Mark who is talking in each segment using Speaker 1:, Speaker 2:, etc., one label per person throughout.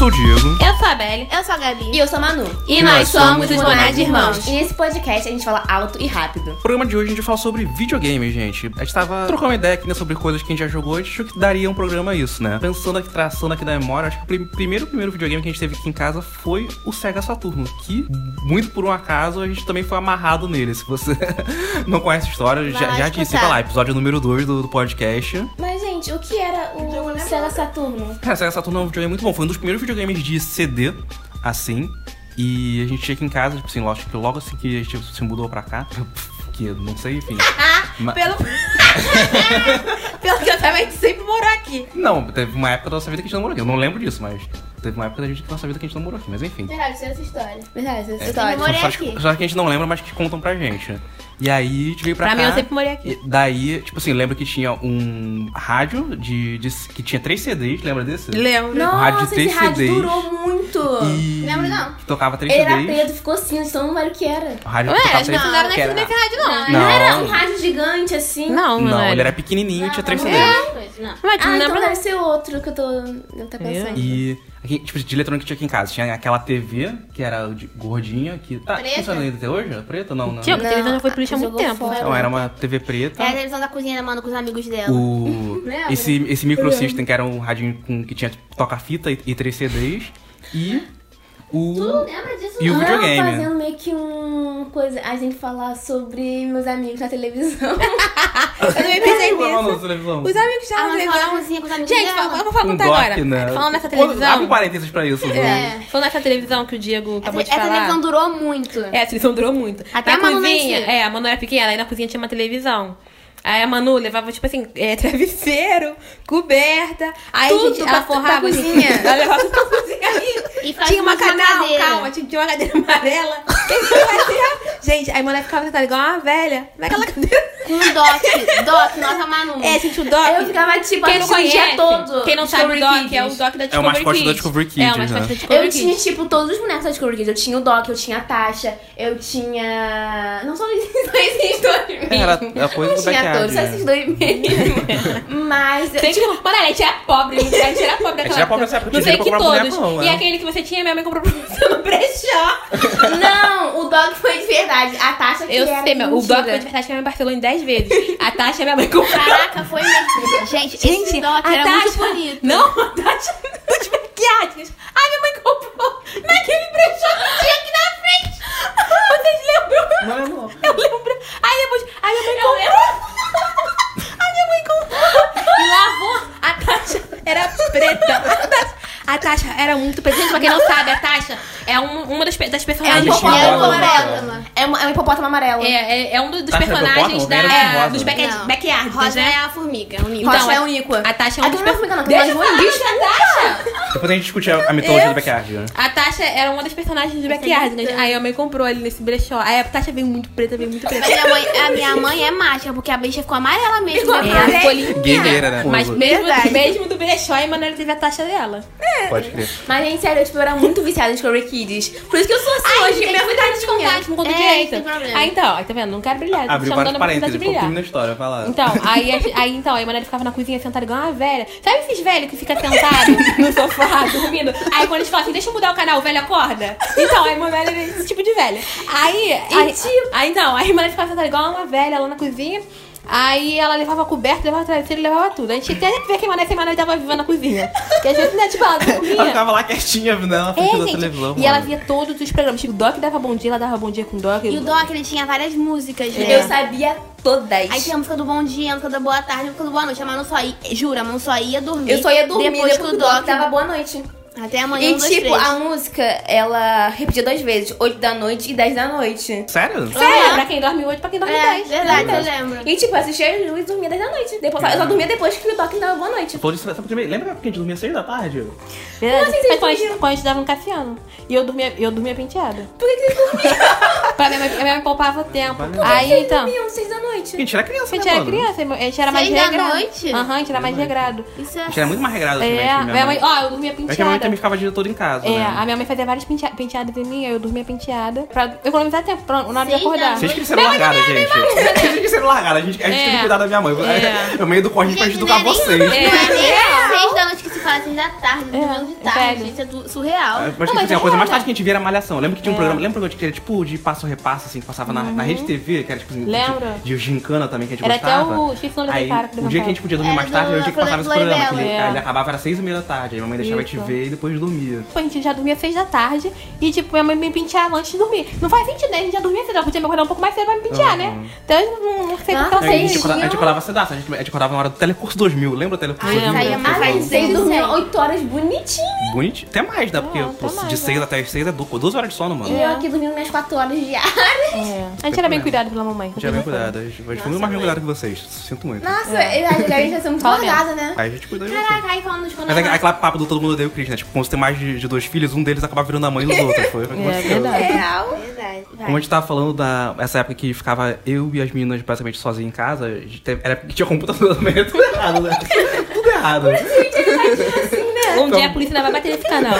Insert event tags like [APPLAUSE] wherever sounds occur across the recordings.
Speaker 1: sou a Belle.
Speaker 2: Eu sou a Gabi.
Speaker 1: E eu sou a Manu.
Speaker 3: E nós somos os Boné de Irmãos.
Speaker 1: E nesse podcast a gente fala alto e rápido.
Speaker 4: No programa de hoje a gente fala sobre videogame, gente. A gente tava trocando uma ideia aqui, né, sobre coisas que a gente já jogou. A gente achou que daria um programa isso, né? Pensando aqui, traçando aqui na memória, acho que o prim- primeiro, primeiro videogame que a gente teve aqui em casa foi o Sega Saturno. Que, muito por um acaso, a gente também foi amarrado nele. Se você [LAUGHS] não conhece a história, já,
Speaker 2: lá
Speaker 4: já disse,
Speaker 2: escutar.
Speaker 4: vai lá, episódio número 2 do, do podcast.
Speaker 1: Mas, gente, o que era o Sega Saturno?
Speaker 4: Cara, Sega Saturn é um videogame muito bom. Foi um dos primeiros videogames de CD, assim. E a gente tinha aqui em casa, tipo assim, lógico que logo assim que a gente se mudou pra cá. [LAUGHS] Que eu não sei, enfim. Ma-
Speaker 1: [LAUGHS]
Speaker 2: Pelo... Pelo que
Speaker 3: [LAUGHS]
Speaker 2: eu tava, a gente sempre morou aqui.
Speaker 4: Não, teve uma época da nossa vida que a gente não morou aqui. Eu não lembro disso, mas teve uma época da, gente, da nossa vida que a gente não morou aqui, mas enfim.
Speaker 1: Verdade, isso era essa história.
Speaker 2: Verdade,
Speaker 3: É,
Speaker 2: essa
Speaker 1: história.
Speaker 2: história.
Speaker 1: morei
Speaker 4: só, que
Speaker 1: aqui.
Speaker 4: só que a gente não lembra, mas que contam pra gente. E aí a gente veio pra,
Speaker 3: Pra
Speaker 4: cá.
Speaker 3: mim, eu sempre morei aqui.
Speaker 4: E daí, tipo assim, lembro que tinha um rádio de, de- que tinha três CDs, lembra desse?
Speaker 3: Lembro.
Speaker 4: Um rádio de
Speaker 1: Nossa, esse
Speaker 4: três
Speaker 1: rádio
Speaker 4: CDs.
Speaker 1: durou muito.
Speaker 4: E...
Speaker 1: Lembro não.
Speaker 4: Tocava três
Speaker 1: Ele era
Speaker 4: CDs.
Speaker 1: preto, ficou cinza, tão velho que era.
Speaker 4: O rádio
Speaker 3: Ué,
Speaker 4: tocava
Speaker 3: acho que
Speaker 4: três
Speaker 3: não era
Speaker 4: que
Speaker 3: nesse nesse rádio, não. né?
Speaker 4: Não.
Speaker 1: era um rádio gigante assim.
Speaker 3: Não, É.
Speaker 4: Não,
Speaker 3: era.
Speaker 4: ele era pequenininho, tinha três
Speaker 1: não
Speaker 4: CDs.
Speaker 3: Mas tu
Speaker 1: Ah,
Speaker 3: não É.
Speaker 1: então
Speaker 3: lembra?
Speaker 1: deve ser outro que eu tô, eu tô pensando.
Speaker 4: E, aqui, tipo, de eletrônico que tinha aqui em casa. Tinha aquela TV, que era de- gordinha, que... Tá
Speaker 2: Preta?
Speaker 4: funcionando ainda até hoje? Preta? Não, não.
Speaker 3: Tio,
Speaker 4: Não,
Speaker 3: porque ele já foi pro lixo há
Speaker 1: Não,
Speaker 3: muito
Speaker 1: jogou
Speaker 3: tempo.
Speaker 1: fora.
Speaker 4: era uma TV preta.
Speaker 2: É a televisão da cozinha da Mano com os amigos dela.
Speaker 3: [LAUGHS]
Speaker 4: O...
Speaker 1: Lembra?
Speaker 4: Esse, esse microsystem, que era um radinho com, que tinha tipo, toca-fita e, e três CDs. E o...
Speaker 2: Lembra disso?
Speaker 4: Uhum. E o
Speaker 1: Não,
Speaker 4: videogame.
Speaker 1: fazendo meio que um coisa. A gente falar sobre meus amigos na
Speaker 3: [LAUGHS]
Speaker 1: televisão.
Speaker 3: Eu também pensei
Speaker 4: Ih, lá
Speaker 3: nisso.
Speaker 4: na televisão.
Speaker 3: Os amigos
Speaker 2: Ah,
Speaker 3: já
Speaker 2: mas
Speaker 3: levaram-
Speaker 2: fala cozinha com os amigos
Speaker 3: Gente,
Speaker 2: dela.
Speaker 3: fa- eu vou falar
Speaker 4: Um
Speaker 3: conta
Speaker 4: doc,
Speaker 3: agora. Tá
Speaker 4: né?
Speaker 3: Falando nessa
Speaker 4: Abre
Speaker 3: televisão.
Speaker 4: parênteses pra isso, Bruno.
Speaker 3: É. Falando nessa televisão que o Diego acabou de
Speaker 2: Essa
Speaker 3: falar.
Speaker 2: televisão durou muito.
Speaker 3: É, a televisão durou muito.
Speaker 2: Até
Speaker 3: na
Speaker 2: a Manu
Speaker 3: cozinha,
Speaker 2: nascer.
Speaker 3: é, a Manu era pequena, aí na cozinha tinha uma televisão. Aí a Manu levava, tipo assim, é, [LAUGHS] travesseiro, coberta. Aí
Speaker 1: Tudo
Speaker 3: a gente, ela
Speaker 1: pra- pra
Speaker 3: forrava. assim,
Speaker 1: cozinha.
Speaker 3: [LAUGHS] Ela levava pra cozinha.
Speaker 1: [LAUGHS]
Speaker 3: Aí
Speaker 2: E fazia
Speaker 3: tinha uma
Speaker 2: uma
Speaker 3: cadeira.
Speaker 2: cadeira.
Speaker 3: calma, tinha, tinha uma
Speaker 1: [LAUGHS]
Speaker 3: cadeira amarela. Que a gente fazia- gente, aí a mulher ficava sentada igual uma velha. Naquela cadeira.
Speaker 2: Com o Doc. Doc, nossa Manu.
Speaker 3: É, gente, o Doc.
Speaker 1: Eu ficava tipo
Speaker 3: quem não
Speaker 1: assistindo o dia
Speaker 3: conhece,
Speaker 1: todo.
Speaker 3: quem não sabe o Doc,
Speaker 1: Discovery
Speaker 3: é o
Speaker 1: Kids.
Speaker 3: Doc da Discovery
Speaker 4: É o mascote
Speaker 3: Kids.
Speaker 4: da Discovery
Speaker 3: É,
Speaker 4: Kids,
Speaker 3: o mascote
Speaker 4: né?
Speaker 3: da Discovery
Speaker 1: Eu
Speaker 3: Kids.
Speaker 1: tinha, tipo, todos os bonecos da Discovery Kids. Eu tinha o Doc, eu tinha a Tasha, eu tinha. Não só esses [LAUGHS] só esses dois mesmo.
Speaker 4: Era a coisa
Speaker 1: não
Speaker 4: do
Speaker 1: tinha
Speaker 4: backyard,
Speaker 1: todos, só
Speaker 4: né?
Speaker 1: esses dois mesmo. Mas.
Speaker 3: Tem que... Tipo, Mano, a gente era pobre, a gente era pobre daquela
Speaker 4: era pobre nessa época,
Speaker 3: Não sei
Speaker 4: tinha dinheiro
Speaker 3: que
Speaker 4: pra comprar
Speaker 3: todos.
Speaker 4: boneco, não,
Speaker 3: e
Speaker 4: é.
Speaker 3: aquele que você tinha, minha mãe comprou pra [LAUGHS] você no brechó.
Speaker 1: Não, o Doc foi de verdade. A Tasha que
Speaker 3: Eu
Speaker 1: era
Speaker 3: sei, meu, o
Speaker 1: mentira.
Speaker 3: Doc foi de verdade que minha mãe parcelou em 10 vezes. A taxa minha mãe comprou.
Speaker 2: Caraca, foi mesmo. Gente, esse Doc era muito
Speaker 3: taxa-
Speaker 2: bonito.
Speaker 3: Não, a tipo, taxa [LAUGHS] dos maquiagens. A minha mãe comprou naquele brechó que tinha aqui na frente. Vocês lembram?
Speaker 4: Não lembro, não.
Speaker 3: Eu lembro. Aí depois, a minha mãe comprou. [LAUGHS] A minha mãe comprou. E lavou. A taxa era preta. A taxa- A taxa era muito preta. Gente, pra quem não sabe, a taxa é um- uma das, pe- das
Speaker 1: É
Speaker 4: A
Speaker 1: um
Speaker 3: personagens.
Speaker 4: gente
Speaker 1: hipopótamo
Speaker 4: rola,
Speaker 1: amarelo. É uma- é um hipopótamo amarelo.
Speaker 3: É, é, é um do- dos
Speaker 4: Taxa é
Speaker 3: personagens
Speaker 4: hipopótamo?
Speaker 3: da,
Speaker 4: Alguém era famosa?
Speaker 3: dos back,
Speaker 2: Não.
Speaker 3: backyards,
Speaker 2: Rosa
Speaker 3: né?
Speaker 2: é a formiga, o Nico.
Speaker 1: Rosa
Speaker 3: então,
Speaker 1: é um íqua.
Speaker 3: A Tasha é um dos
Speaker 1: Aquela não é formiga, não, aquela
Speaker 3: Deixa eu
Speaker 1: mais
Speaker 3: falar
Speaker 1: bonita.
Speaker 3: disso da Tasha!
Speaker 4: Depois a gente discute a a mitologia do backyard, né?
Speaker 3: A Tasha era uma das personagens
Speaker 1: é
Speaker 3: do backyard, né?
Speaker 2: gritando.
Speaker 3: Aí a mãe comprou ali nesse brechó. Aí a Tasha veio muito preta, veio muito
Speaker 1: Então,
Speaker 3: preta.
Speaker 1: um
Speaker 2: Mas minha mãe- a minha mãe é mágica, porque a bicha ficou amarela mesmo.
Speaker 3: Ficou
Speaker 2: né?
Speaker 3: amarela. ficou limpinha.
Speaker 4: Guerreira, né?
Speaker 3: Mas
Speaker 4: Fogo.
Speaker 3: mesmo,
Speaker 1: Verdade.
Speaker 3: mesmo do brechó, a Emanuela teve a taxa dela.
Speaker 4: Pode crer.
Speaker 3: Tá
Speaker 1: Mas, gente, sério, eu, tipo, eu era muito viciada em Discovery Kids. Por isso que eu sou assim
Speaker 3: Ai,
Speaker 1: hoje.
Speaker 3: gente,
Speaker 1: Minha
Speaker 3: tem
Speaker 1: vida
Speaker 3: vontade de contar, tipo, não conta
Speaker 2: É,
Speaker 3: direito.
Speaker 2: tem problema.
Speaker 3: Aí então, aí tá vendo? Não quero brilhar.
Speaker 4: Abriu
Speaker 3: tô dando
Speaker 4: vários
Speaker 3: uma
Speaker 4: parênteses,
Speaker 3: oportunidade de
Speaker 4: ficou
Speaker 3: brilhar.
Speaker 4: na história, vai lá.
Speaker 3: Então, aí, a- aí então, a Emanuela ficava na cozinha sentada igual uma velha. Sabe esses velhos que fica [LAUGHS] sentado no sofá, dormindo? Aí quando eles falam assim, deixa eu mudar o canal, o velho acorda. Então, a Emanuela era esse tipo de velha. Aí, aí,
Speaker 1: tipo?
Speaker 3: aí então, a Emanuela ficava sentada igual uma velha lá na cozinha. Aí ela levava coberta, levava travesseiro, levava tudo. A gente até que ver que a Emanuela, essa Emanuela tava viva na cozinha. Porque às vezes, né, tipo, [LAUGHS] ela
Speaker 4: [LAUGHS] Ela
Speaker 3: dormia.
Speaker 4: ficava lá quietinha, né? Na frente
Speaker 3: É,
Speaker 4: da
Speaker 3: gente.
Speaker 4: televisão.
Speaker 3: e ela
Speaker 4: mano.
Speaker 3: via todos os programas. Tipo, o Doc dava bom dia, ela dava bom dia com o Doc.
Speaker 2: E o Doc, ele tinha várias músicas, né?
Speaker 1: É. Eu sabia todas.
Speaker 2: Aí tinha a música do Bom Dia, a música da Boa Tarde, a música do Boa Noite. A Manu só ia, jura, a Manu só ia dormir.
Speaker 1: Eu só ia dormir
Speaker 2: depois, que o Doc
Speaker 1: dava boa noite.
Speaker 2: Até amanhã,
Speaker 1: E
Speaker 2: um, dois,
Speaker 1: tipo,
Speaker 2: três.
Speaker 1: a música, ela repetia duas vezes, 8 da noite e 10 da noite.
Speaker 4: Sério?
Speaker 3: Sério?
Speaker 2: Aham.
Speaker 3: Ah, Pra quem dorme 8, pra quem dorme
Speaker 2: É,
Speaker 3: 10.
Speaker 2: verdade, eu lembro.
Speaker 1: E tipo, eu assistia as duas e dormia 10 da noite. Depois, eu só dormia depois que o Doc me dava boa noite.
Speaker 4: Falou disso, sabe por quê? Lembra que a gente dormia seis da tarde?
Speaker 3: Verdade.
Speaker 1: Como assim
Speaker 3: Mas quando a
Speaker 1: vocês
Speaker 3: gente, quando a gente dava no Cassiano. E eu dormia, eu dormia penteada.
Speaker 1: Por que que ele dormia?
Speaker 3: Pra minha mãe, minha mãe poupava tempo.
Speaker 4: Valeu.
Speaker 3: Aí então.
Speaker 1: Dormiam seis da noite.
Speaker 4: A gente era criança,
Speaker 3: A gente
Speaker 4: né,
Speaker 3: era
Speaker 4: mano?
Speaker 3: criança, a gente era mais
Speaker 2: Seis da
Speaker 3: regrado.
Speaker 2: noite?
Speaker 3: Aham, a gente era mais regrado.
Speaker 2: Isso é.
Speaker 4: A gente era muito mais regrado também
Speaker 3: É,
Speaker 4: que
Speaker 3: minha mãe. Ó, eu dormia
Speaker 4: É que a minha mãe
Speaker 3: penteada.
Speaker 4: também ficava o dia todo em casa,
Speaker 3: É,
Speaker 4: né?
Speaker 3: a minha mãe fazia várias pentea- penteadas em mim, aí eu dormia penteada pra economizar tempo, pra, na hora de
Speaker 2: Seis da
Speaker 3: acordar.
Speaker 4: Vocês cresceram largada, gente. [LAUGHS] Vocês cresceram largada. A gente, a gente
Speaker 3: né? É.
Speaker 4: teve que cuidar da minha mãe. [LAUGHS]
Speaker 3: É.
Speaker 4: No meio do corre pra
Speaker 2: Gente,
Speaker 4: educar
Speaker 2: não é nem-
Speaker 4: vocês.
Speaker 2: Não é nem seis da
Speaker 1: É.
Speaker 2: noite que se fala, seis da tarde,
Speaker 3: É,
Speaker 2: dormindo de tarde.
Speaker 3: velho.
Speaker 2: Isso é du-
Speaker 4: É, Mas,
Speaker 2: surreal.
Speaker 3: Não,
Speaker 4: tipo
Speaker 3: mas
Speaker 4: assim,
Speaker 3: é
Speaker 4: a coisa mais
Speaker 3: real,
Speaker 4: tarde que a gente via era Malhação. Lembra que tinha um
Speaker 3: É.
Speaker 4: programa, lembra que era tipo de passo a repasso, assim, que passava na, na rede TV, que era tipo assim, de-
Speaker 3: Lembra?
Speaker 4: de, gincana também que a gente
Speaker 3: Era até
Speaker 4: gostava.
Speaker 3: o- esqueci o nome daquele
Speaker 4: Aí,
Speaker 3: cara que
Speaker 4: o dia que a gente
Speaker 3: levantava.
Speaker 4: podia dormir
Speaker 2: Era
Speaker 4: mais tarde era o
Speaker 2: do
Speaker 4: dia que passava esse
Speaker 2: Floribela.
Speaker 4: programa. que ele,
Speaker 3: É.
Speaker 4: ele acabava, era seis e meia da tarde. Aí minha mãe deixava a gente
Speaker 3: Isso.
Speaker 4: ver e depois dormia.
Speaker 3: Tipo, a gente já dormia seis da tarde e, tipo, minha mãe me penteava antes de dormir. Não faz sentido, né? A gente já dormia cedo, ela podia me acordar um pouco mais cedo pra me pentear,
Speaker 4: Uhum.
Speaker 3: né? Então eu não,
Speaker 1: Ah,
Speaker 3: não sei porque
Speaker 4: Aí a gente
Speaker 1: Vocês
Speaker 3: ela fez
Speaker 4: acordava, a gente
Speaker 1: tinham-
Speaker 4: acordava cedaço, a gente, a gente acordava na hora do Telecurso 2000. Lembra o Telecurso
Speaker 3: Ah,
Speaker 4: 2000?
Speaker 3: lembro.
Speaker 4: que eu
Speaker 2: Mas
Speaker 4: falava?
Speaker 2: aí- é
Speaker 1: Vocês
Speaker 2: Seis e
Speaker 1: dormiam
Speaker 2: sete.
Speaker 1: oito horas bonitinho.
Speaker 4: Bonitinho. Até mais, né? Porque
Speaker 3: Ah, até
Speaker 4: pô,
Speaker 3: mais, É.
Speaker 4: de
Speaker 3: né?
Speaker 4: 6 até as 6 é du- 12 horas de sono, mano.
Speaker 2: É.
Speaker 1: E eu aqui dormindo minhas quatro horas diárias.
Speaker 3: A gente era bem cuidado pela mamãe.
Speaker 4: Já bem
Speaker 3: [LAUGHS]
Speaker 4: cuidado. A gente foi muito mais bem cuidado que vocês. Sinto muito.
Speaker 1: Nossa, eu acho que a gente vai ser muito
Speaker 3: Fala mesmo.
Speaker 1: guardada, né?
Speaker 4: Aí a gente cuidou de vocês.
Speaker 2: Caraca, aí falando de quando
Speaker 4: Mas é
Speaker 2: eu era-
Speaker 4: aquela papo do todo mundo odeia o Chris, né? Tipo, quando você tem mais de, de dois filhos, um deles acaba virando a mãe
Speaker 3: [LAUGHS]
Speaker 4: dos outros. Foi o que
Speaker 3: É
Speaker 4: aconteceu.
Speaker 3: verdade.
Speaker 1: Real.
Speaker 2: Verdade. Vai.
Speaker 4: Como a gente tava falando da essa época que ficava eu e as meninas basicamente sozinhas em casa, a gente teve- era porque tinha computador também, [LAUGHS] era tudo errado, né? tudo errado.
Speaker 3: Um dia a polícia ainda vai bater nesse canal.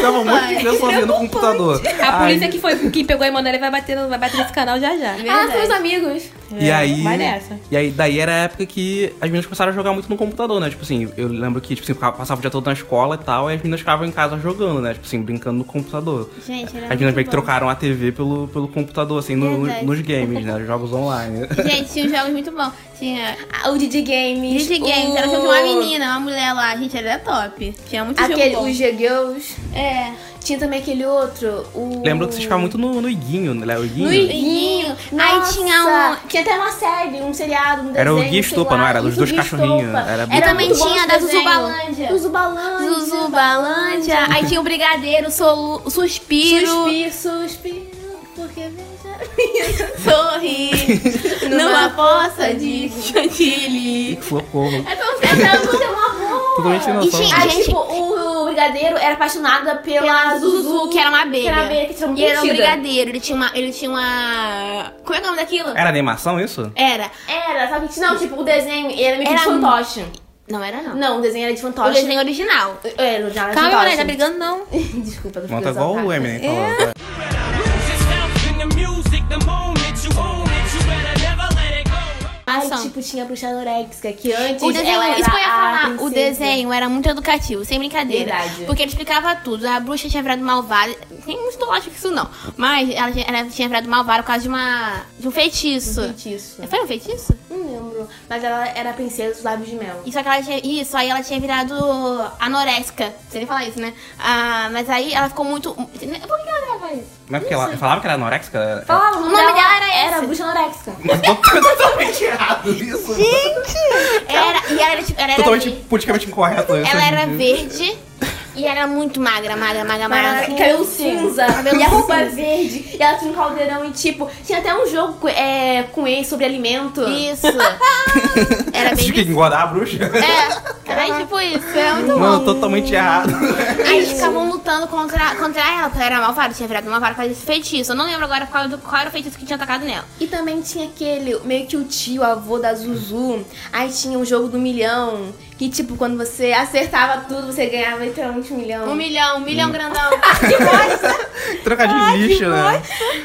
Speaker 4: Tava um monte de criança sozinha no computador.
Speaker 3: A
Speaker 4: Aí-
Speaker 3: polícia que, foi, que pegou a Emanuele vai bater, no- vai bater nesse canal já já.
Speaker 4: é
Speaker 1: Ah, são os amigos.
Speaker 4: E
Speaker 3: É,
Speaker 4: aí.
Speaker 3: vai nessa.
Speaker 4: E aí, daí era a época que as meninas começaram a jogar muito no computador, né? Tipo assim, eu lembro que, tipo assim, ficava- passava o dia todo na escola e tal, e as meninas ficavam em casa jogando, né? Tipo assim, brincando no computador.
Speaker 2: Gente, era
Speaker 4: As meninas
Speaker 2: É
Speaker 4: meio
Speaker 2: muito
Speaker 4: que
Speaker 2: bom.
Speaker 4: trocaram a TV pelo, pelo computador, assim, no-
Speaker 2: Verdade.
Speaker 4: nos games, né? Os jogos online.
Speaker 2: Gente, tinha uns jogos muito bons. Tinha
Speaker 1: Ah, O Didi Games.
Speaker 2: Digi Games,
Speaker 1: o-
Speaker 2: era sempre uma menina, uma mulher lá. Gente, era top. Tinha muito
Speaker 1: Aquele,
Speaker 2: jogo
Speaker 1: os
Speaker 2: bom.
Speaker 1: G-Girls.
Speaker 2: É.
Speaker 1: Tinha também aquele outro, o...
Speaker 4: Lembro que vocês ficavam muito no, no iguinho, né? O iguinho.
Speaker 1: No Iguinho.
Speaker 2: Aí tinha
Speaker 1: um... Tinha até uma série, um seriado, um desenho,
Speaker 4: Era o Guia
Speaker 1: sei
Speaker 4: Estopa,
Speaker 1: lá.
Speaker 4: não era? Dos
Speaker 1: Isso,
Speaker 4: dois
Speaker 1: Guia
Speaker 4: cachorrinhos.
Speaker 1: Estopa.
Speaker 4: Era
Speaker 2: E
Speaker 4: Era
Speaker 2: também
Speaker 1: muito bom
Speaker 2: tinha
Speaker 1: esse
Speaker 2: da
Speaker 1: desenho.
Speaker 2: Zuzubalândia.
Speaker 1: Zuzubalândia.
Speaker 2: Zuzubalândia. Aí tinha o Brigadeiro, Solu, o Suspiro.
Speaker 1: Suspiro, suspiro, porque veja... [LAUGHS]
Speaker 2: Sorri numa poça de chantilly.
Speaker 4: Socorro.
Speaker 1: É tão tentando ter uma boa.
Speaker 4: Totalmente sem noção. né?
Speaker 2: tinha-
Speaker 1: Aí,
Speaker 2: Gente.
Speaker 1: tipo, o, o brigadeiro era apaixonado pela Zuzu,
Speaker 2: que era uma abelha.
Speaker 1: que era a abelha que tinha
Speaker 2: E era um
Speaker 1: mordida.
Speaker 2: brigadeiro, ele tinha uma. Ele tinha uma. Como é o nome daquilo?
Speaker 4: Era animação isso?
Speaker 2: Era.
Speaker 1: Era, sabe? que Não, tipo, o desenho era meio que
Speaker 2: Era
Speaker 1: de fantoche.
Speaker 2: Não era não.
Speaker 1: Não, o desenho era de
Speaker 2: O
Speaker 1: fantoche.
Speaker 2: desenho original.
Speaker 1: É, no Java
Speaker 3: Calma,
Speaker 1: Fantoche.
Speaker 3: Emanuele, tá brigando não.
Speaker 1: Desculpa, eu tô
Speaker 4: Monta tá igual o
Speaker 1: exaltada.
Speaker 4: Eminem. falou.
Speaker 5: yourself in the music the moment you own it. You better never let it go.
Speaker 1: Ai,
Speaker 2: Ação.
Speaker 1: tipo, tinha a bruxa anorexica, que antes
Speaker 2: O desenho,
Speaker 1: ela era
Speaker 2: isso que eu ia
Speaker 1: a
Speaker 2: falar, o
Speaker 1: princesa.
Speaker 2: desenho era muito educativo, sem brincadeira.
Speaker 1: Verdade.
Speaker 2: Porque ele explicava tudo. A bruxa tinha virado malvada. Tem muito lógico isso não. Mas ela, tinha- ela tinha virado malvada por causa de uma. de um feitiço.
Speaker 1: Feitiço.
Speaker 2: Foi um feitiço?
Speaker 1: Não lembro. Mas ela era a princesa dos lábios de mel.
Speaker 2: E só que ela tinha. Isso, aí ela tinha virado anoréxica. Você nem falar isso, né? Ah, mas aí ela ficou muito. Por que ela virava isso?
Speaker 4: Mas é porque ela falava que era anorexica?
Speaker 1: Falava,
Speaker 2: O nome dela era
Speaker 1: Era
Speaker 2: esse.
Speaker 1: bruxa anorexica.
Speaker 4: Mas totalmente errado isso.
Speaker 2: Era, e ela era tipo. Ela era,
Speaker 4: Totalmente
Speaker 2: verde,
Speaker 4: politicamente né? incorreto. isso
Speaker 2: ela
Speaker 4: hoje em
Speaker 2: era
Speaker 4: dia.
Speaker 2: verde e era muito magra, magra, magra, magra.
Speaker 1: Mas cabelo cinza,
Speaker 2: Cabelo
Speaker 1: e a roupa
Speaker 2: cinza.
Speaker 1: verde, e ela tinha um caldeirão e tipo, tinha até um jogo co- é, com ele sobre alimento.
Speaker 2: Isso. Era
Speaker 4: Vocês
Speaker 2: bem
Speaker 4: que engordar a bruxa?
Speaker 2: [LAUGHS] É, era aí, tipo isso, era muito
Speaker 4: Mano,
Speaker 2: bom.
Speaker 4: totalmente
Speaker 2: [LAUGHS]
Speaker 4: errado.
Speaker 2: Aí eles ficavam lutando contra, contra ela, porque ela era malvada, tinha virado malvada por causa desse feitiço. Eu não lembro agora qual, do- qual era o feitiço que tinha atacado nela.
Speaker 1: E também tinha aquele, meio que o tio, avô da Zuzu. Aí tinha o jogo do milhão, que tipo, quando você acertava tudo, você ganhava literalmente um milhão.
Speaker 2: Um milhão, um
Speaker 4: Hum.
Speaker 2: milhão
Speaker 1: [LAUGHS]
Speaker 2: grandão.
Speaker 4: Trocadinho de lixo, né?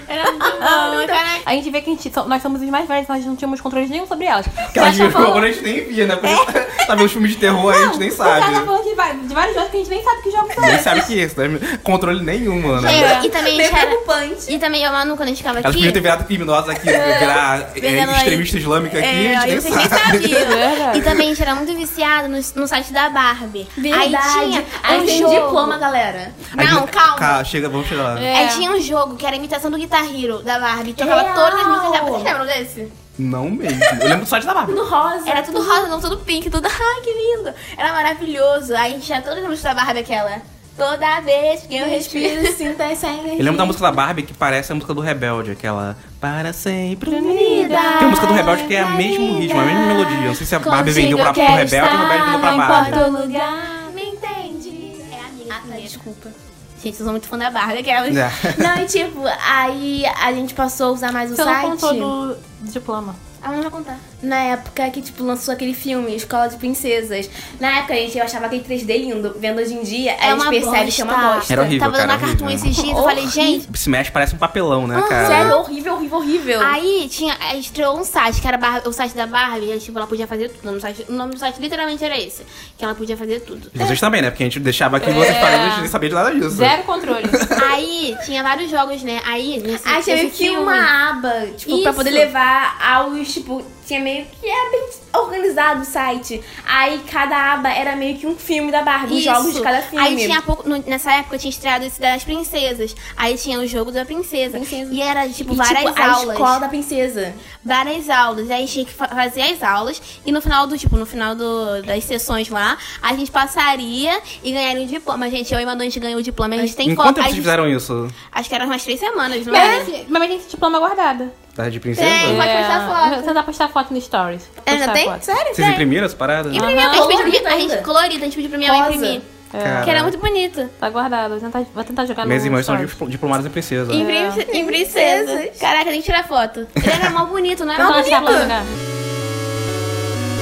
Speaker 2: Era muito
Speaker 1: é
Speaker 2: bom, cara.
Speaker 3: A gente vê que a gente, so- nós somos os mais velhos, nós não tínhamos controle nenhum sobre elas.
Speaker 4: Que a
Speaker 3: Elas
Speaker 4: gente
Speaker 3: só falam-
Speaker 4: agora a gente nem via, né? Por
Speaker 2: É.
Speaker 4: isso- [LAUGHS] Tá vendo os filmes de terror aí, a gente nem
Speaker 3: Ela tá
Speaker 4: sabe.
Speaker 3: falando de, va- de vários jogos que a gente nem sabe que jogos são
Speaker 4: Nem
Speaker 3: esses.
Speaker 4: sabe o que é isso, né? Controle nenhum, mano.
Speaker 2: É, E também a
Speaker 1: Meio
Speaker 2: gente era...
Speaker 1: preocupante.
Speaker 2: E também eu, Manu, quando a gente ficava
Speaker 4: Elas
Speaker 2: aqui...
Speaker 4: podiam ter virado criminosa
Speaker 2: [LAUGHS]
Speaker 4: aqui, né? virar
Speaker 2: Vendendo
Speaker 4: é, extremista islâmica aqui,
Speaker 2: É,
Speaker 4: a
Speaker 2: aí
Speaker 4: gente
Speaker 2: vocês
Speaker 4: nem
Speaker 2: nem
Speaker 4: sabe.
Speaker 2: sabiam.
Speaker 3: É Verdade.
Speaker 2: E também a gente era muito viciado no, no site da Barbie. Aí tinha um
Speaker 1: Aí tem
Speaker 2: jogo.
Speaker 1: diploma, galera.
Speaker 4: A gente-
Speaker 2: Não, calma.
Speaker 4: Ca- chega, vamos chegar lá.
Speaker 2: Aí tinha um jogo que era a imitação do Guitar Hero, da Barbie. Tocava
Speaker 1: Real.
Speaker 2: todas as músicas da Barbie. Vocês lembram desse?
Speaker 4: Não mesmo. Eu lembro só de da Barbie.
Speaker 1: Tudo rosa.
Speaker 2: Era tudo rosa, não, tudo pink, tudo. [LAUGHS] Ai, que lindo! Era maravilhoso. Aí tinha todas as músicas da Barbie aquela. Toda vez que eu respiro.
Speaker 1: sinto essa energia.
Speaker 4: Eu lembro da música da Barbie que parece a música do Rebelde, aquela Para sempre um unida. Tem a música do Rebelde que é a mesmo ritmo, a mesma melodia. Não sei se a Barbie vendeu pra,
Speaker 2: é
Speaker 4: pro Rebelde ou o Rebelde vendeu pra Barbie.
Speaker 1: lugar, me entende. Ah, tá,
Speaker 2: É amiga.
Speaker 1: Desculpa.
Speaker 2: Gente, eu sou muito fã da Barbie. Aquelas... [LAUGHS]
Speaker 4: É. [LAUGHS]
Speaker 1: Não, e tipo, aí a gente passou a usar mais o
Speaker 3: Você
Speaker 1: site.
Speaker 3: não contou do diploma.
Speaker 1: Ah, não vai contar. [LAUGHS] Na época que, tipo, lançou aquele filme, Escola de Princesas. Na época, gente, eu achava aquele 3D lindo. Vendo hoje em dia, a gente percebe que é uma bosta.
Speaker 4: Era um horrível,
Speaker 2: Tava dando
Speaker 4: cara,
Speaker 2: uma cartoon
Speaker 4: horrível.
Speaker 2: esses dias, eu falei, gente.
Speaker 4: Se mexe, parece um papelão,
Speaker 2: Ah,
Speaker 4: né, cara?
Speaker 1: Sério, horrível, horrível, horrível.
Speaker 2: Aí tinha, aí estreou um site, que era Bar- o site da Barbie, e tipo, ela podia fazer tudo. O nome, do site, o nome do site literalmente era esse. Que ela podia fazer tudo.
Speaker 4: E Vocês também, né? Porque a gente deixava
Speaker 2: É.
Speaker 4: aqui e vocês paravam, a gente nem sabia de nada disso.
Speaker 3: Zero
Speaker 1: [LAUGHS]
Speaker 3: controle.
Speaker 2: Aí tinha vários jogos, né? Aí, nesse,
Speaker 1: Aí tinha
Speaker 2: nesse
Speaker 1: meio que
Speaker 2: filme-
Speaker 1: uma aba, tipo, pra
Speaker 2: Isso.
Speaker 1: poder levar aos, tipo, tinha meio que era bem organizado o site. Aí cada aba era meio que um filme da Barbie, os
Speaker 2: Isso.
Speaker 1: jogos de cada filme.
Speaker 2: Aí tinha tipo, pouco, no- nessa época tinha estreado esse das princesas. Aí tinha o jogo da princesa.
Speaker 1: Princesa.
Speaker 2: E era tipo
Speaker 1: E,
Speaker 2: várias
Speaker 1: tipo,
Speaker 2: aulas.
Speaker 1: a escola da princesa.
Speaker 2: Várias aulas. Aí tinha que fa- fazer as aulas e no final do tipo, no final do- das sessões lá, a gente passaria e ganharia um diploma. Gente, eu e Manu, a gente ganhou o diploma, a gente tem
Speaker 4: Em quanto
Speaker 2: foto.
Speaker 4: tempo
Speaker 2: a
Speaker 4: vocês
Speaker 2: gente-
Speaker 4: fizeram isso?
Speaker 2: Acho que eram umas três semanas, não
Speaker 1: É?
Speaker 2: era?
Speaker 3: Mas,
Speaker 1: assim,
Speaker 3: mas tem esse diploma guardado.
Speaker 4: Tá de princesa?
Speaker 2: Tem, mas- Pode postar foto.
Speaker 3: Vou tentar postar foto no Stories.
Speaker 1: É,
Speaker 2: Ainda
Speaker 3: Postar
Speaker 2: tem?
Speaker 3: foto.
Speaker 2: Sério?
Speaker 4: Vocês imprimiram essa parada?
Speaker 2: Imprimiu, a gente pediu pra minha- a
Speaker 1: Colorido
Speaker 2: gente
Speaker 1: ainda.
Speaker 2: colorida, a gente pediu pra minha mãe
Speaker 1: Rosa.
Speaker 2: imprimir.
Speaker 4: Cara,
Speaker 2: Que era muito bonito.
Speaker 3: Tá guardado. Vou tentar, vou tentar jogar
Speaker 4: Minhas
Speaker 3: no
Speaker 4: irmãs são
Speaker 3: Stories.
Speaker 4: dipl- diplomadas em princesa.
Speaker 2: Em, prin-
Speaker 1: Ah.
Speaker 2: [LAUGHS] em princesas. Caraca, tem que tirar foto. Ele era mal bonito, não era mal
Speaker 3: Vou tentar
Speaker 1: é
Speaker 2: bonito.
Speaker 3: jogar.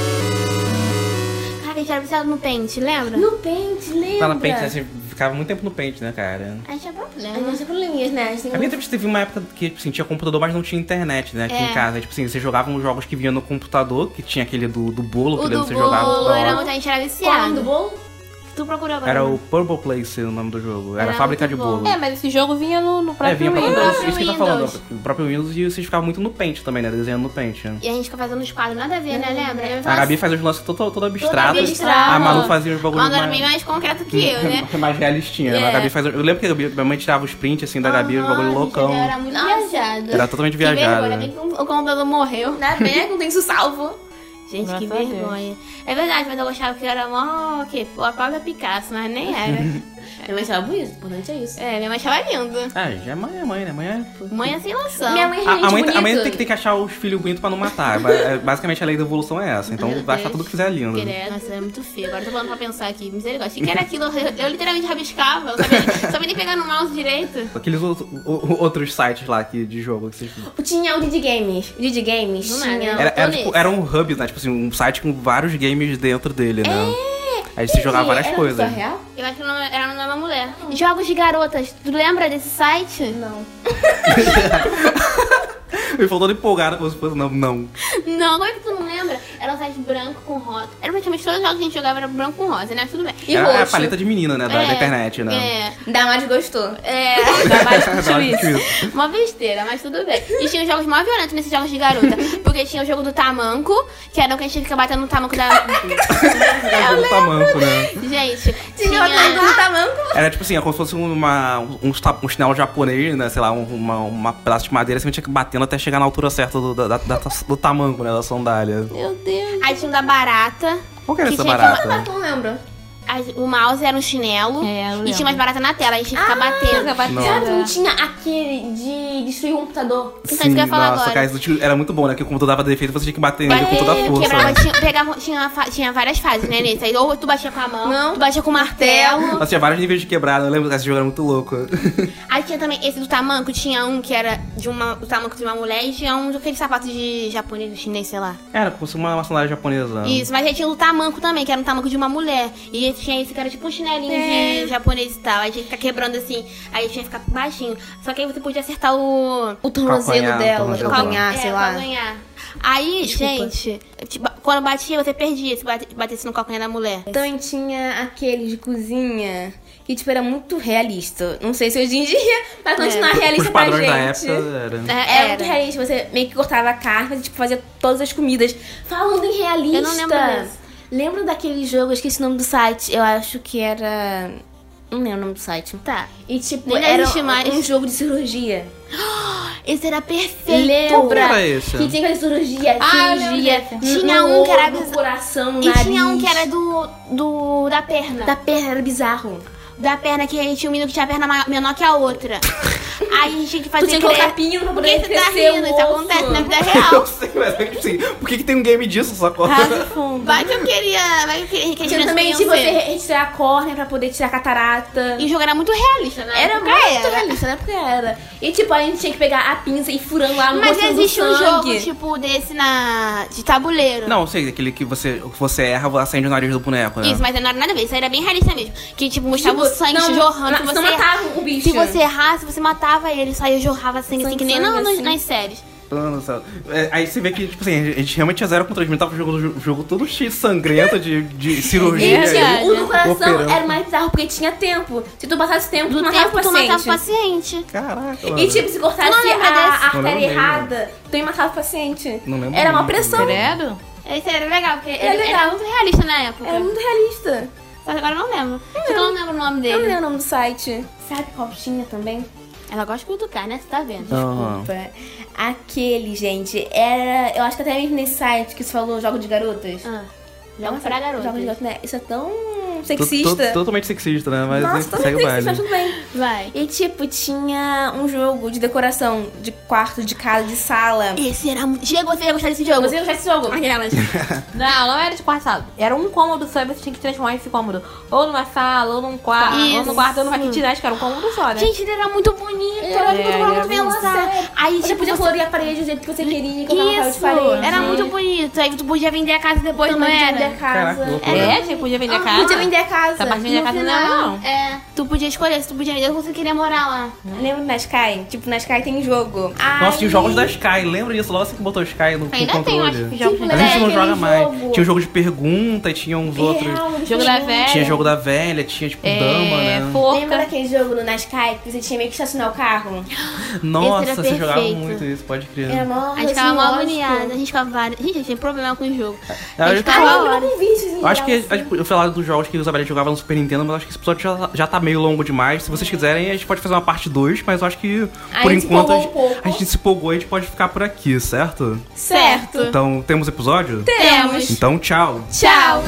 Speaker 2: Caraca, a gente era viciado no pente, lembra?
Speaker 1: No pente, lembra?
Speaker 4: Fala pente, né? Você ficava muito tempo no pente, né, cara?
Speaker 2: A gente tinha problema.
Speaker 1: A gente tem probleminhas, né? A gente tem
Speaker 4: A minha também teve uma época que tipo, assim, tinha computador, mas não tinha internet, né? Aqui em
Speaker 2: É.
Speaker 4: casa. Tipo assim, você jogava uns jogos que vinha no computador, que tinha aquele do, do bolo, que
Speaker 2: O
Speaker 4: lembra
Speaker 2: do
Speaker 4: que você jogava
Speaker 2: bolo
Speaker 4: toda
Speaker 2: era
Speaker 4: hora.
Speaker 2: muito. A gente era
Speaker 1: Qual é o nome do
Speaker 2: viciado.
Speaker 1: bolo?
Speaker 2: Tu procurou agora.
Speaker 4: Era
Speaker 2: né?
Speaker 4: o Purple Place o nome do jogo. Era,
Speaker 2: Era
Speaker 4: fábrica de
Speaker 2: muito bom.
Speaker 4: bolo.
Speaker 3: É, mas esse jogo vinha no, no
Speaker 4: É,
Speaker 3: próprio
Speaker 4: vinha pra
Speaker 3: Windows.
Speaker 4: Windows, isso que tá falando.
Speaker 2: Windows.
Speaker 4: O próprio Windows e vocês ficavam muito no pente também, né? Desenhando no pente.
Speaker 2: E a gente ficava fazendo os quadros, nada a ver, né? Lembra? Eu
Speaker 4: A
Speaker 2: falava
Speaker 4: Gabi faz os lances todo, todo abstrato.
Speaker 2: abstrato.
Speaker 4: A Malu fazia os
Speaker 2: assim,
Speaker 4: bagulhos
Speaker 2: Mano, era
Speaker 4: mais...
Speaker 2: bem mais concreto que eu, né?
Speaker 4: mais realistinha. né? A
Speaker 2: É.
Speaker 4: Gabi faz... Eu lembro que a Gabi, minha mãe tirava os prints assim [LAUGHS] da Gabi, os bagulho
Speaker 2: Aham,
Speaker 4: loucão.
Speaker 2: gente, Eu era muito viajada.
Speaker 4: Era totalmente
Speaker 2: Que
Speaker 4: viajada.
Speaker 2: vergonha, né? bem que o computador morreu. Ainda bem né? que não tem isso salvo. Gente, que
Speaker 3: Graças a Deus.
Speaker 2: vergonha. É verdade, mas eu achava que eu era mó... o quê? A Pablo Picasso, mas nem era. [LAUGHS]
Speaker 1: Minha mãe achava bonito, o importante é isso.
Speaker 2: é, minha mãe achava lindo.
Speaker 4: Ah, já é mãe, é mãe, né? Mãe é...
Speaker 2: Mãe é sem noção.
Speaker 1: Minha mãe é
Speaker 4: A, a mãe, tá-
Speaker 1: bonito.
Speaker 4: a mãe tem, que, tem que achar os filhos bonitos pra não matar. Ba- é, Basicamente a lei da evolução é essa. Então
Speaker 2: Meu
Speaker 4: vai achar
Speaker 2: Deus.
Speaker 4: tudo que fizer lindo.
Speaker 2: Credo. Nossa, é muito feio. Agora eu tô falando pra pensar aqui. Misericórdia. Achei que era aquilo. Eu, eu literalmente rabiscava. Eu sabia, nem- sabia nem pegar no mouse direito.
Speaker 4: Aqueles outro- o- o- outros sites lá que, de jogo que vocês.
Speaker 1: Tinha o Didi Games. O Didi Games
Speaker 2: Do nada.
Speaker 1: tinha...
Speaker 2: Não,
Speaker 4: Era,
Speaker 2: tô
Speaker 4: era, tipo,
Speaker 2: nesse.
Speaker 4: era um hub, né? Tipo assim, um site com vários games dentro dele, né?
Speaker 2: É,
Speaker 4: Aí você jogava várias
Speaker 1: Era
Speaker 4: coisas.
Speaker 1: pessoa real?
Speaker 2: Eu acho que o nome era o nome da uma mulher. Jogos de garotas. Tu lembra desse site?
Speaker 1: Não.
Speaker 4: Me faltou todo empolgado como se fosse. Não, não.
Speaker 2: Não, como é que tu não lembra? Era um site branco com rosa. Era praticamente todos os jogos que a gente jogava era branco com rosa, né? Tudo bem.
Speaker 1: E
Speaker 4: era a
Speaker 1: roxo.
Speaker 4: paleta de menina, né? Da, da
Speaker 2: É,
Speaker 4: internet, né?
Speaker 1: Damares gostou.
Speaker 2: É, [LAUGHS]
Speaker 3: Ainda
Speaker 4: [LAUGHS]
Speaker 3: mais que
Speaker 4: Adoro
Speaker 3: isso.
Speaker 4: isso.
Speaker 2: é. Uma besteira, mas tudo bem. E tinha os jogos mais violentos nesses jogos de garota. Porque tinha o jogo do tamanco, que era o que a gente fica batendo no tamanco da.
Speaker 4: [LAUGHS] Era um tamanco, né?
Speaker 2: gente,
Speaker 1: Tinha o
Speaker 2: tinha.
Speaker 1: do tamanco.
Speaker 4: Era tipo assim, é como se fosse uma, um, um chinelo japonês, né? Sei lá, um- uma, uma pedaço de madeira, você tinha que ir batendo até chegar na altura certa do, da, da- da- do tamanco, né? Da sandália.
Speaker 2: Meu Deus. Aí tinha o da barata.
Speaker 4: Qual que era
Speaker 2: Que
Speaker 4: essa
Speaker 2: tinha que
Speaker 4: barata?
Speaker 1: Não lembro.
Speaker 2: As- O mouse era um chinelo.
Speaker 3: É, eu
Speaker 2: e tinha umas
Speaker 3: lembro.
Speaker 2: baratas na tela. A gente
Speaker 4: Ah,
Speaker 2: ficava batendo.
Speaker 1: Cara, tu não
Speaker 3: Batida.
Speaker 1: tinha aquele de destruir o computador?
Speaker 2: Então, isso que eu ia falar
Speaker 4: nossa,
Speaker 2: agora.
Speaker 4: cara, isso tinha- era muito bom, né? Que o computador dava defeito, você tinha que bater nele com toda a força.
Speaker 2: Quebrava,
Speaker 4: né?
Speaker 2: tinha, pegava, tinha, uma fa- tinha várias fases, né, Nessa? Aí Ou tu batia com a mão,
Speaker 1: Não.
Speaker 2: tu batia com o martelo.
Speaker 4: Nossa, tinha vários níveis de quebrada, eu lembro que esse jogo era muito louco.
Speaker 2: Aí tinha também esse do tamanco, tinha um que era de uma, do tamanco de uma mulher e tinha um daquele sapato de japonês, chinês, sei lá.
Speaker 4: Era como se uma, uma sandália
Speaker 1: Ah.
Speaker 4: japonesa.
Speaker 2: Isso, mas aí tinha o do tamanco também, que era um tamanco de uma mulher. E esse tinha esse que era tipo um chinelinho
Speaker 1: É.
Speaker 2: de japonês e tal. Aí tinha que ficar quebrando assim, aí tinha que ficar baixinho. Só que aí você podia acertar o.
Speaker 1: O tornozelo
Speaker 4: Calcanhar,
Speaker 1: dela,
Speaker 4: tornozelo.
Speaker 1: calcanhar,
Speaker 2: é,
Speaker 1: sei lá.
Speaker 2: calcanhar. Aí,
Speaker 1: Desculpa.
Speaker 2: gente, tipo, quando batia, você perdia se bate- batesse no calcanhar da mulher.
Speaker 1: Também Então tinha aquele de cozinha, que tipo, era muito realista. Não sei se hoje em dia vai continuar
Speaker 4: Os
Speaker 1: realista pra
Speaker 4: padrões
Speaker 1: gente.
Speaker 4: da época era.
Speaker 2: É,
Speaker 1: Era muito realista, você meio que cortava a carne, tipo, fazia todas as comidas. Falando em realista.
Speaker 2: Eu não lembro mesmo.
Speaker 1: Lembra daquele jogo, eu esqueci o nome do site, eu acho que era. Não lembro o nome do site.
Speaker 2: Tá.
Speaker 1: E tipo,
Speaker 2: Nem
Speaker 1: era
Speaker 2: existe mais.
Speaker 1: um jogo de cirurgia.
Speaker 2: Esse era perfeito.
Speaker 1: Lembra?
Speaker 4: Qual era esse?
Speaker 1: Que tinha aquela cirurgia,
Speaker 2: Ah, eu
Speaker 1: cirurgia.
Speaker 2: lembro desse.
Speaker 1: no-
Speaker 2: Tinha
Speaker 1: no
Speaker 2: um que era
Speaker 1: olho, no
Speaker 2: bizar-
Speaker 1: coração, no
Speaker 2: E
Speaker 1: nariz.
Speaker 2: tinha um que era do, do da perna.
Speaker 1: Da
Speaker 2: Da,
Speaker 1: perna, era bizarro.
Speaker 2: da perna que tinha um menino que tinha a perna ma- menor que a outra. Aí a gente tinha que fazer
Speaker 1: Tu tinha que colocar
Speaker 2: cre-
Speaker 1: pinho pra
Speaker 2: Por que
Speaker 1: poder
Speaker 2: você tá
Speaker 1: crescer
Speaker 2: rindo?
Speaker 1: o
Speaker 2: Isso
Speaker 1: osso.
Speaker 2: acontece na vida
Speaker 4: [LAUGHS] Eu
Speaker 2: real. Ah.
Speaker 4: sei, mas é que, assim, por que, que tem um game disso, sacou?
Speaker 3: Raso fundo.
Speaker 2: Vai que eu queria. Vai que eu queria que
Speaker 1: Tinha
Speaker 2: as crianças
Speaker 1: também de
Speaker 2: queriam
Speaker 1: você
Speaker 2: ver.
Speaker 1: retirar a córnea pra poder tirar a catarata.
Speaker 2: E o jogo era muito realista, né?
Speaker 1: Era
Speaker 2: Porque
Speaker 1: muito realista, né? Porque era. E tipo, a gente tinha que pegar a pinça e ir furando lá no
Speaker 2: Mas
Speaker 1: mostrando
Speaker 2: existe um
Speaker 1: sangue.
Speaker 2: jogo, tipo, desse na. de tabuleiro.
Speaker 4: Não, eu sei, aquele que você, você erra, acende o nariz do boneco, né?
Speaker 2: Isso, mas não era nada a ver, isso era bem realista mesmo. Que, tipo,
Speaker 1: Tipo,
Speaker 2: mostrava o sangue
Speaker 1: não,
Speaker 2: jorrando.
Speaker 1: Mas
Speaker 2: que
Speaker 1: não
Speaker 2: você-
Speaker 1: matava o bicho.
Speaker 2: Se você errasse, você matava ele, só aí jorrava sangue, assim,
Speaker 1: Sangue,
Speaker 2: que nem
Speaker 1: sangue,
Speaker 2: na- nas,
Speaker 1: assim.
Speaker 2: nas séries.
Speaker 4: Mano, sabe? É, Aí você vê que, tipo assim, a gente realmente tinha zero contra o tava jogando o jogo todo cheio de sangrento de,
Speaker 2: [LAUGHS]
Speaker 4: de cirurgia.
Speaker 1: Gente, o do coração
Speaker 4: Operando.
Speaker 1: era mais bizarro porque tinha tempo. Se tu passasse tempo, tu
Speaker 2: No
Speaker 1: matava
Speaker 2: tempo,
Speaker 1: o
Speaker 2: tu
Speaker 1: paciente.
Speaker 2: matava o paciente.
Speaker 4: Caraca, mano.
Speaker 1: E tipo, se cortasse
Speaker 2: Não lembra
Speaker 1: a
Speaker 2: desse?
Speaker 1: artéria
Speaker 4: Não lembro.
Speaker 1: errada, tu ia matar o paciente.
Speaker 4: Não lembro
Speaker 1: Era uma
Speaker 4: mesmo.
Speaker 1: pressão.
Speaker 3: Credo?
Speaker 2: Esse era É legal, porque ele
Speaker 1: Era
Speaker 2: era,
Speaker 1: legal.
Speaker 2: muito realista na época.
Speaker 1: Era muito realista.
Speaker 2: Mas agora eu não lembro. Só que eu não lembro o nome
Speaker 1: Eu não
Speaker 2: dele.
Speaker 1: lembro o nome do site. Sabe qual tinha também?
Speaker 2: Ela gosta de cutucar, né? Você tá vendo.
Speaker 4: Aham.
Speaker 1: Opa. Aquele, gente, era. Eu acho que até mesmo nesse site que você falou jogo de garotas.
Speaker 2: Ah, joga pra garota.
Speaker 1: Jogo de garotas, né? Isso é tão
Speaker 4: To- to-
Speaker 1: sexista.
Speaker 4: Totalmente sexista, né? Mas
Speaker 1: Nossa, tão
Speaker 4: segue o
Speaker 1: sexista,
Speaker 4: baile.
Speaker 1: mas tudo bem.
Speaker 2: Vai.
Speaker 1: E tipo, tinha um jogo de decoração de quarto, de casa, de sala.
Speaker 2: Esse era muito... Chegou, você ia gostar desse jogo.
Speaker 1: Você já esse jogo?
Speaker 4: [LAUGHS]
Speaker 2: Aquelas.
Speaker 3: Não, não era de quarto sala. Era um cômodo só e você tinha que transformar esse cômodo. Ou numa sala, ou num quarto, ou
Speaker 2: Isso.
Speaker 3: num quarto, ou numa kitnet, que era um cômodo só, né?
Speaker 2: Gente, ele era muito bonito.
Speaker 1: É, Era,
Speaker 2: Era, muito,
Speaker 3: era
Speaker 2: muito bem
Speaker 3: muito
Speaker 2: lançado. Aí,
Speaker 1: Você
Speaker 2: tipo,
Speaker 1: podia
Speaker 2: você
Speaker 1: colorir a parede do jeito que você queria, colocar um papel de
Speaker 2: Isso,
Speaker 1: parede.
Speaker 2: era muito bonito. Aí tu podia vender a casa depois, não
Speaker 1: Também podia vender
Speaker 2: era?
Speaker 1: a casa.
Speaker 4: Caraca, louco.
Speaker 3: É, gente, podia vender a casa.
Speaker 1: Ah, Podia vender a casa.
Speaker 3: Essa parte de vender a
Speaker 1: No
Speaker 3: casa não
Speaker 1: final,
Speaker 3: era, não.
Speaker 2: É, tu podia escolher se tu podia vender ou se você queria morar lá.
Speaker 1: Lembra do Nascai? Tipo, na Sky tem jogo.
Speaker 4: Nossa, tinha os jogos da
Speaker 1: das
Speaker 4: Sky, lembra disso? Logo assim que botou Sky no, no
Speaker 2: Ainda tem, eu
Speaker 4: controle.
Speaker 2: acho que
Speaker 1: Tipo,
Speaker 2: jogos
Speaker 4: A
Speaker 1: né?
Speaker 4: gente não
Speaker 1: Aquele
Speaker 4: joga mais.
Speaker 1: jogo. É,
Speaker 4: Tinha o jogo de pergunta, e tinha uns outros.
Speaker 3: Jogo da velha.
Speaker 4: Tinha jogo da velha, tinha tipo dama, né?
Speaker 1: É, Lembra
Speaker 3: forca.
Speaker 1: daquele jogo no Nascai que você tinha meio que estacionar o carro?
Speaker 4: Nossa,
Speaker 2: Esse era
Speaker 4: você jogava
Speaker 2: perfeito.
Speaker 4: muito isso, pode crer.
Speaker 1: Era mó
Speaker 2: A gente ficava mal
Speaker 1: assim,
Speaker 2: agoniada, a
Speaker 1: lógico.
Speaker 2: gente ficava várias. Gente, a gente tem problema com o jogo.
Speaker 4: Eu
Speaker 2: A
Speaker 4: acho
Speaker 2: gente
Speaker 4: que-
Speaker 1: Ah,
Speaker 2: ficava
Speaker 1: eu
Speaker 2: horas.
Speaker 1: não vi esses
Speaker 4: Eu Acho que
Speaker 1: jogos.
Speaker 4: a gente- eu falei dos jogos que o Isabela jogava no Super Nintendo, mas eu acho que esse episódio já, já tá meio longo demais. Se vocês quiserem, a gente pode fazer uma parte 2, mas eu acho que
Speaker 1: Uhum. A
Speaker 4: por
Speaker 1: gente se
Speaker 4: enquanto a
Speaker 1: empolgou
Speaker 4: gente,
Speaker 1: um pouco.
Speaker 4: a gente se empolgou e a gente pode ficar por aqui, certo?
Speaker 1: Certo.
Speaker 4: Então temos episódio?
Speaker 1: Temos.
Speaker 4: Então tchau!
Speaker 1: Tchau.